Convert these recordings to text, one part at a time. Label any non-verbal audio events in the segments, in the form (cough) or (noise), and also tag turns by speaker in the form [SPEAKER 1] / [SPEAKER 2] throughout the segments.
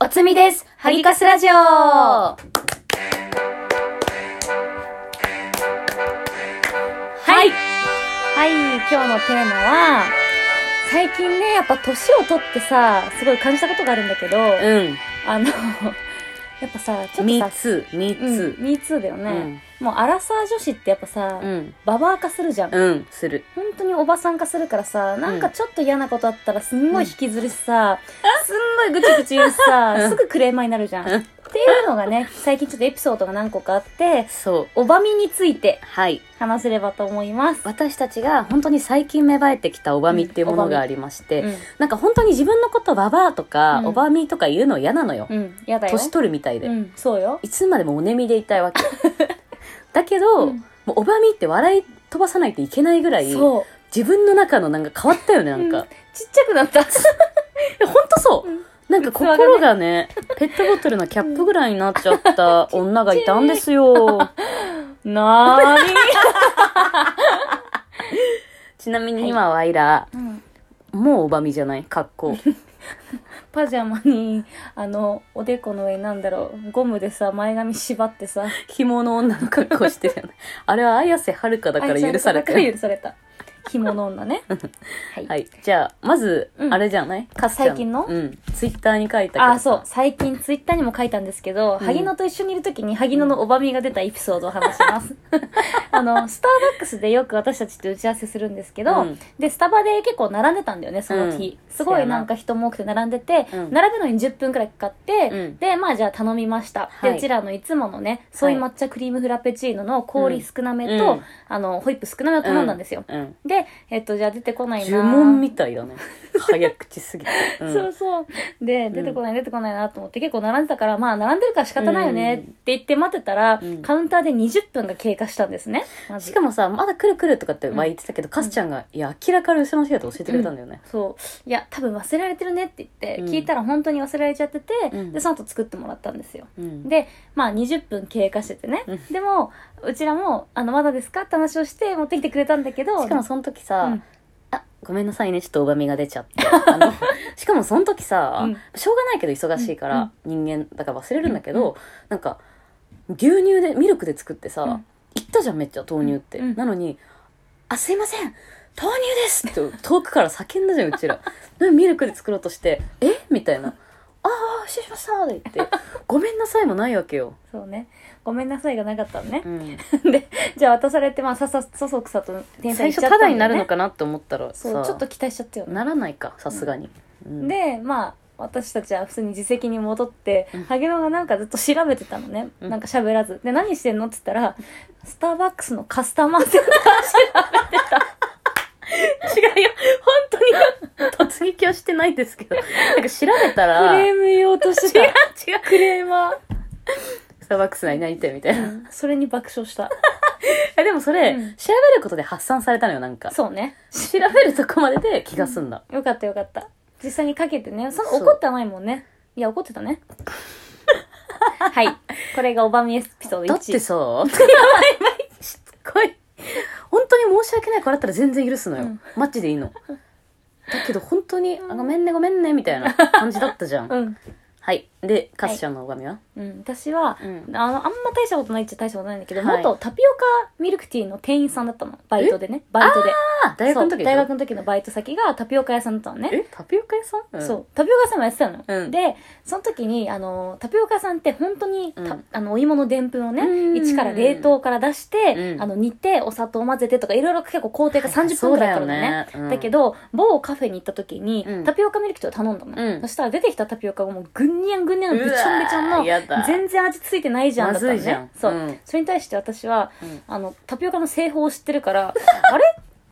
[SPEAKER 1] おつみです。ハギカスラジオ。はい。
[SPEAKER 2] はい、今日のテーマは、最近ね、やっぱ年を取ってさ、すごい感じたことがあるんだけど、
[SPEAKER 1] うん。
[SPEAKER 2] あの、やっぱさ、ちょっ
[SPEAKER 1] 三
[SPEAKER 2] とさ、
[SPEAKER 1] つ、三
[SPEAKER 2] うん
[SPEAKER 1] つ。、
[SPEAKER 2] ミーツーだよね、もうアラサー女子ってやっぱさ、
[SPEAKER 1] うん。
[SPEAKER 2] ババア化するじゃん。
[SPEAKER 1] うん。する。
[SPEAKER 2] 本当におばさん化するからさ、なんかちょっと嫌なことあったらすんごい引きずるしさ、すんごいぐちぐち言うし
[SPEAKER 1] う
[SPEAKER 2] さ、
[SPEAKER 1] ん
[SPEAKER 2] すぐクレーマーになるじゃん。
[SPEAKER 1] うん
[SPEAKER 2] っていうのがね、最近ちょっとエピソードが何個かあって、
[SPEAKER 1] そう。
[SPEAKER 2] おばみについて
[SPEAKER 1] はい。
[SPEAKER 2] 話せればと思います。
[SPEAKER 1] 私たちが本当に最近芽生えてきたおばみっていうものがありまして、
[SPEAKER 2] うん
[SPEAKER 1] なんか本当に自分のことババアとか、
[SPEAKER 2] うん
[SPEAKER 1] おばみとか言うの嫌なのよ。
[SPEAKER 2] うん、やだよ。
[SPEAKER 1] 年取るみたいで、
[SPEAKER 2] うん、そうよ。
[SPEAKER 1] いつまでもおねみでいた
[SPEAKER 2] (laughs)
[SPEAKER 1] いわけ。だけど、
[SPEAKER 2] うん
[SPEAKER 1] もうおばみって笑い飛ばさないといけないぐらい、自
[SPEAKER 2] そう。
[SPEAKER 1] 分の中のなんか変わったよね、なんか。
[SPEAKER 2] うちっちゃくなった。
[SPEAKER 1] いや、ほんとそう。
[SPEAKER 2] うん
[SPEAKER 1] なんか心がね、ペットボトルのキャップぐらいになっちゃった女がいたんですよ。
[SPEAKER 2] (laughs) なーに、
[SPEAKER 1] (laughs) ちなみに今はイラ、
[SPEAKER 2] うん、
[SPEAKER 1] もうおばみじゃない格好。
[SPEAKER 2] (laughs) パジャマに、あの、おでこの上になんだろう、ゴムでさ、前髪縛ってさ、
[SPEAKER 1] 紐の女の格好してるよね。あれは綾瀬はるかだから許され
[SPEAKER 2] た。だか
[SPEAKER 1] て
[SPEAKER 2] ら
[SPEAKER 1] る。
[SPEAKER 2] 許された。紐の女ね。はい。
[SPEAKER 1] はい。じゃあ、まず、
[SPEAKER 2] うん
[SPEAKER 1] あれじゃないかすちゃん。
[SPEAKER 2] 最近の
[SPEAKER 1] うん。ツイッターに書いたけど
[SPEAKER 2] あ、そう。。最近ツイッターにも書いたんですけど、
[SPEAKER 1] うん
[SPEAKER 2] 萩野と一緒にいるときに萩野のおばみが出たエピソードを話し
[SPEAKER 1] (laughs)
[SPEAKER 2] ます。あの、スターバックスでよく私たちと打ち合わせするんですけど、
[SPEAKER 1] うん
[SPEAKER 2] で、スタバで結構並んでたんだよね、その日。すごいなんか人も多くて並んでて、
[SPEAKER 1] うん
[SPEAKER 2] 並ぶのに10分くらいかかって、
[SPEAKER 1] うん
[SPEAKER 2] で、まあじゃあ頼みました。
[SPEAKER 1] はいう
[SPEAKER 2] で、うちらのいつものね、ソイ抹茶クリームフラペチーノの
[SPEAKER 1] うん
[SPEAKER 2] 氷少なめと、
[SPEAKER 1] うん
[SPEAKER 2] あの、ホイップ少なめを頼んだんですよ。
[SPEAKER 1] うん。
[SPEAKER 2] で、えっと、じゃあ出てこないな
[SPEAKER 1] 呪文みたいだね。早口すぎ
[SPEAKER 2] (laughs)
[SPEAKER 1] て。うん
[SPEAKER 2] そうそう。で、出てこない、出てこないなと思って、結構並んでたから、まあ、並んでるから仕方ないよねって言って待ってたら、
[SPEAKER 1] うん
[SPEAKER 2] カウンターで20分が経過したんですね。まず
[SPEAKER 1] しかもさ、まだ来る来るとかっては言ってたけど、かすちゃんが、いや、明らかに後ろの人だと教えてくれたんだよね。
[SPEAKER 2] そう。いや、多分忘れられてるねって言って、
[SPEAKER 1] うん
[SPEAKER 2] 聞いたら本当に忘れられちゃってて、
[SPEAKER 1] うん
[SPEAKER 2] で、その後作ってもらったんですよ。
[SPEAKER 1] うん。
[SPEAKER 2] で、まあ20分経過しててね。
[SPEAKER 1] うん
[SPEAKER 2] でも、うちらも、あの、まだですかって話をして持ってきてくれたんだけど、
[SPEAKER 1] しかもその時さ、
[SPEAKER 2] うん
[SPEAKER 1] あごめんなさいねちょっとおばみが出ちゃってあ
[SPEAKER 2] (laughs)
[SPEAKER 1] のしかもその時さ、
[SPEAKER 2] うん
[SPEAKER 1] しょうがないけど忙しいから、人間だから忘れるんだけど、なんか牛乳でミルクで作ってさ、
[SPEAKER 2] うん
[SPEAKER 1] 言ったじゃんめっちゃ豆乳って、
[SPEAKER 2] うん
[SPEAKER 1] なのに「あすいません豆乳です!」って遠くから叫んだじゃんう
[SPEAKER 2] (laughs)
[SPEAKER 1] ちらなミルクで作ろうとして「えみたいな「ああ失礼しました」って言って「ごめんなさい」もないわけよ、
[SPEAKER 2] そうね。ごめんなさいがなかったのね
[SPEAKER 1] う。ん、
[SPEAKER 2] (laughs) じゃあ渡されて、まあ、ささ、そそくさと店員さん
[SPEAKER 1] 最
[SPEAKER 2] に行
[SPEAKER 1] 初
[SPEAKER 2] っちゃ
[SPEAKER 1] タ
[SPEAKER 2] ったんだ
[SPEAKER 1] ダ
[SPEAKER 2] よね
[SPEAKER 1] になるのかなって思ったらさ
[SPEAKER 2] そう、ちょっと期待しちゃったよね。
[SPEAKER 1] ならないかさすがに、うん
[SPEAKER 2] でまあ私たちは普通に自席に戻って、
[SPEAKER 1] うん
[SPEAKER 2] 萩野がなんかずっと調べてたのね、
[SPEAKER 1] うん
[SPEAKER 2] なんか喋らずで何してんのって言ったらスターバックスのカスタマーセンター
[SPEAKER 1] 違うよ。本当に突撃はしてないですけど。なんか調べたら、
[SPEAKER 2] クレ
[SPEAKER 1] 違う
[SPEAKER 2] ーム言おうとし
[SPEAKER 1] 違う
[SPEAKER 2] て。クレーマー
[SPEAKER 1] スターバックス何々店みたいな。
[SPEAKER 2] それに爆笑した
[SPEAKER 1] え、 (laughs) でもそれ、
[SPEAKER 2] うん
[SPEAKER 1] 調べることで発散されたのよ、なんか。調
[SPEAKER 2] そうね
[SPEAKER 1] べるとこまでで気が済んだ。
[SPEAKER 2] よかったよかった実際にかけてねその
[SPEAKER 1] そう
[SPEAKER 2] 怒ってはないもんねいや怒ってた
[SPEAKER 1] (laughs)
[SPEAKER 2] ねはいこれがおばみエピソード
[SPEAKER 1] だ
[SPEAKER 2] 1
[SPEAKER 1] ってさ、やばいやばい、しつこい。本当に申し訳ないからだったら全然許すのよ。
[SPEAKER 2] うん
[SPEAKER 1] マッチでいいの。だけど本当に、
[SPEAKER 2] うん
[SPEAKER 1] あごめんねごめんねみたいな感じだったじゃん。
[SPEAKER 2] うん、
[SPEAKER 1] はい。で、カスちゃんのおみは、
[SPEAKER 2] うん、私は、
[SPEAKER 1] うん
[SPEAKER 2] あのあんま大したことないっちゃ大したことないんだけど、
[SPEAKER 1] はい
[SPEAKER 2] 元タピオカミルクティーの店員さんだったのバイトでねバイトで
[SPEAKER 1] ああ、大学の時
[SPEAKER 2] そう
[SPEAKER 1] でしょ
[SPEAKER 2] 大学の時のバイト先がタピオカ屋さんだったのね、
[SPEAKER 1] え、タピオカ屋さん、ん
[SPEAKER 2] そうタピオカ屋さんもやってたの、
[SPEAKER 1] うん
[SPEAKER 2] でその時にあのタピオカ屋さんって本当にた、
[SPEAKER 1] うん
[SPEAKER 2] あのお芋のでんぷんを
[SPEAKER 1] うん
[SPEAKER 2] ね一から冷凍から出して、
[SPEAKER 1] うん
[SPEAKER 2] あの煮てお砂糖を混ぜてとかいろいろ結構工程が30分くらいかかるのね,、
[SPEAKER 1] そうだよね
[SPEAKER 2] だけど某カフェに行った時に、
[SPEAKER 1] うん
[SPEAKER 2] タピオカミルクティーを頼んだの、
[SPEAKER 1] うん
[SPEAKER 2] そしたら出てきたタピオカがもうぐんにゃんぐんにゃん
[SPEAKER 1] う
[SPEAKER 2] の
[SPEAKER 1] わ
[SPEAKER 2] べちょんべちょんの
[SPEAKER 1] やだ
[SPEAKER 2] 全然味ついてないじゃんだったのね、
[SPEAKER 1] まずいじゃん
[SPEAKER 2] そう、
[SPEAKER 1] うん
[SPEAKER 2] それに対して私は、
[SPEAKER 1] うん
[SPEAKER 2] あのタピオカの製法を知ってるから
[SPEAKER 1] (laughs)
[SPEAKER 2] あれ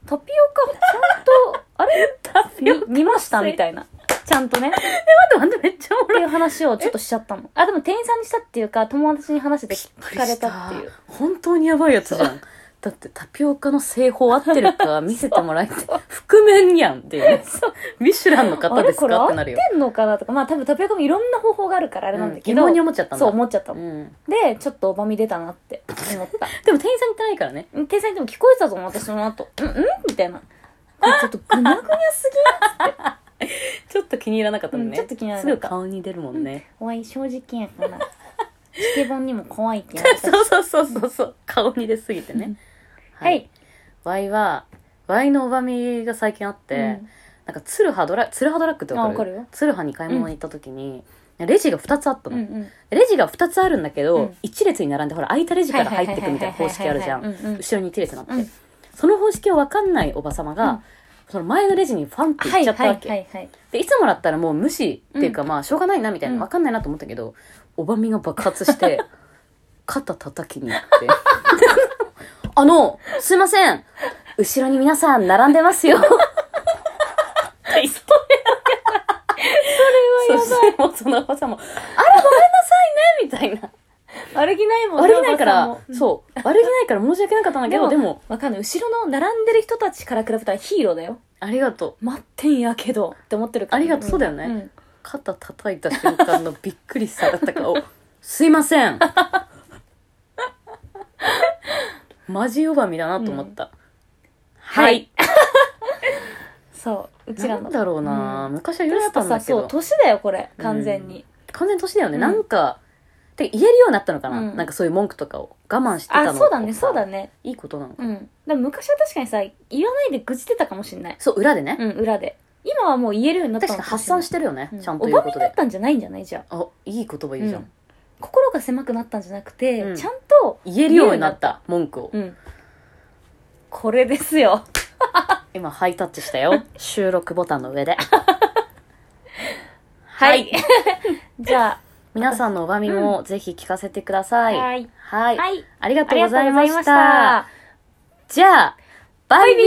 [SPEAKER 2] タピオカちゃんとあれ
[SPEAKER 1] タピオカ
[SPEAKER 2] み見ましたみたいなちゃんとねっ
[SPEAKER 1] 待って待ってめっちゃおも
[SPEAKER 2] て
[SPEAKER 1] ろい
[SPEAKER 2] いう話をちょっとしちゃったのあでも店員さんにしたっていうか友達に話してて聞かれたっていう
[SPEAKER 1] 本当にやばいやつじゃんだってタピオカの製法合ってる (laughs) か見せてもらえて覆面やんっていうねミシュランの
[SPEAKER 2] あ
[SPEAKER 1] 方
[SPEAKER 2] れ
[SPEAKER 1] です
[SPEAKER 2] これ
[SPEAKER 1] か
[SPEAKER 2] 合
[SPEAKER 1] っ
[SPEAKER 2] って
[SPEAKER 1] なるよ、
[SPEAKER 2] てんのかなとかまあ多分タピオカもいろんな方法があるからあれなんだけ
[SPEAKER 1] うん疑
[SPEAKER 2] ど、
[SPEAKER 1] 問に思っちゃったんだ
[SPEAKER 2] そう思っちゃった
[SPEAKER 1] う
[SPEAKER 2] の、
[SPEAKER 1] ん、
[SPEAKER 2] でちょっとおばみ出たなって思
[SPEAKER 1] (laughs)
[SPEAKER 2] った
[SPEAKER 1] でも店員さん言ってないからね
[SPEAKER 2] 店員さんにでも聞こえてたと思う私その後「うんうん?」みたいな「これちょっとぐにゃぐにゃすぎん」っ
[SPEAKER 1] (laughs) ちょっと気に入らなかったのね、
[SPEAKER 2] うんちょっと気に入らな
[SPEAKER 1] す
[SPEAKER 2] かった
[SPEAKER 1] ぐ顔に出るもんね、
[SPEAKER 2] おい正直や (laughs) からスケボンにも怖いってやつ
[SPEAKER 1] (laughs) そうそうそうそうそう顔に出すぎてね、
[SPEAKER 2] うん
[SPEAKER 1] は
[SPEAKER 2] はいい、
[SPEAKER 1] ワイはワイのおばみが最近あって、
[SPEAKER 2] うん
[SPEAKER 1] なんかツルハドラツルハドラッグってわかる
[SPEAKER 2] あわかるよ
[SPEAKER 1] ツルハに買い物に行った時に、レジが2つあった
[SPEAKER 2] うん
[SPEAKER 1] の、
[SPEAKER 2] うん
[SPEAKER 1] レジが2つあるんだけど、
[SPEAKER 2] うん
[SPEAKER 1] 1列に並んでほら空いたレジから入ってくみたいな方式あるじゃ
[SPEAKER 2] はい
[SPEAKER 1] ん
[SPEAKER 2] はいはいはいはい
[SPEAKER 1] 後ろに1列になって、
[SPEAKER 2] うん
[SPEAKER 1] その方式を分かんないおばさまが、
[SPEAKER 2] うん
[SPEAKER 1] その前のレジにファンって行
[SPEAKER 2] は
[SPEAKER 1] っ
[SPEAKER 2] い
[SPEAKER 1] ちゃった
[SPEAKER 2] は
[SPEAKER 1] わ
[SPEAKER 2] い
[SPEAKER 1] け、
[SPEAKER 2] はいはい
[SPEAKER 1] でいつもだったらもう無視っていうか、
[SPEAKER 2] うん
[SPEAKER 1] まあしょうがないなみたいな
[SPEAKER 2] うん
[SPEAKER 1] 分かんないなと思ったけど、おばみが爆発して (laughs) 肩叩きに行って (laughs) あのすいません後ろに皆さん並んでます (laughs) よそれはやばいもうそのおばさんも「あらごめんなさいね」みたいな
[SPEAKER 2] 悪気ないもん
[SPEAKER 1] (laughs) 悪気ないから、
[SPEAKER 2] う
[SPEAKER 1] そう悪気ないから申し訳なかったんだけ
[SPEAKER 2] で
[SPEAKER 1] ど
[SPEAKER 2] も
[SPEAKER 1] でも
[SPEAKER 2] わかんない後ろの並んでる人たちから比べたらヒーローだよ
[SPEAKER 1] ありがとう
[SPEAKER 2] 待ってんやけどって思ってるから
[SPEAKER 1] ありがとうそうだよね肩叩いた瞬間のびっくりさだった顔すいませ (laughs) んマジオバミだなと思った、はい、
[SPEAKER 2] そううちら
[SPEAKER 1] な
[SPEAKER 2] の
[SPEAKER 1] んだろうな、昔は許
[SPEAKER 2] や
[SPEAKER 1] せ
[SPEAKER 2] ったぱ
[SPEAKER 1] んだ
[SPEAKER 2] さ
[SPEAKER 1] け
[SPEAKER 2] そう
[SPEAKER 1] ど
[SPEAKER 2] 年だよこれ完全に、
[SPEAKER 1] 完全に年だよね、
[SPEAKER 2] うん
[SPEAKER 1] なんかてか言えるようになったのかな、
[SPEAKER 2] うん
[SPEAKER 1] なんかそういう文句とかを我慢してたの
[SPEAKER 2] あそうだね
[SPEAKER 1] さ
[SPEAKER 2] そうだね
[SPEAKER 1] いいことなのか、
[SPEAKER 2] うんでも昔は確かにさ言わないで愚痴ってたかもしれない
[SPEAKER 1] そう裏でね、
[SPEAKER 2] うん裏で今はもう言えるようになった
[SPEAKER 1] 確か
[SPEAKER 2] の
[SPEAKER 1] に
[SPEAKER 2] かも
[SPEAKER 1] 発
[SPEAKER 2] しれな
[SPEAKER 1] 散
[SPEAKER 2] い
[SPEAKER 1] してるよね、
[SPEAKER 2] うん
[SPEAKER 1] ちゃんと言うこと
[SPEAKER 2] おばめだ
[SPEAKER 1] で
[SPEAKER 2] ったんじゃないんじゃないじゃん
[SPEAKER 1] あいい言葉言うじゃん、
[SPEAKER 2] うん心が狭くなったんじゃなくて、
[SPEAKER 1] うん
[SPEAKER 2] ちゃんと
[SPEAKER 1] 言えるようになった文句を、
[SPEAKER 2] うんこれですよ
[SPEAKER 1] 今ハイタッチした
[SPEAKER 2] (laughs)
[SPEAKER 1] よ収録ボタンの上で
[SPEAKER 2] は
[SPEAKER 1] はい
[SPEAKER 2] い (laughs) じゃ
[SPEAKER 1] 皆さんのおばみもぜひ聞かせてくだ
[SPEAKER 2] あ
[SPEAKER 1] さい。
[SPEAKER 2] はい
[SPEAKER 1] はい。
[SPEAKER 2] はい
[SPEAKER 1] ありが
[SPEAKER 2] あ
[SPEAKER 1] とう
[SPEAKER 2] りが
[SPEAKER 1] ご
[SPEAKER 2] と
[SPEAKER 1] ざ
[SPEAKER 2] う
[SPEAKER 1] い
[SPEAKER 2] ござ
[SPEAKER 1] ま
[SPEAKER 2] いま
[SPEAKER 1] し。
[SPEAKER 2] したた
[SPEAKER 1] じゃあ、バイビ
[SPEAKER 2] バイ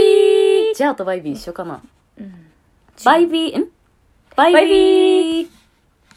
[SPEAKER 1] ーじゃあとバイビー一緒かな。
[SPEAKER 2] うん
[SPEAKER 1] バイビー、んバイビー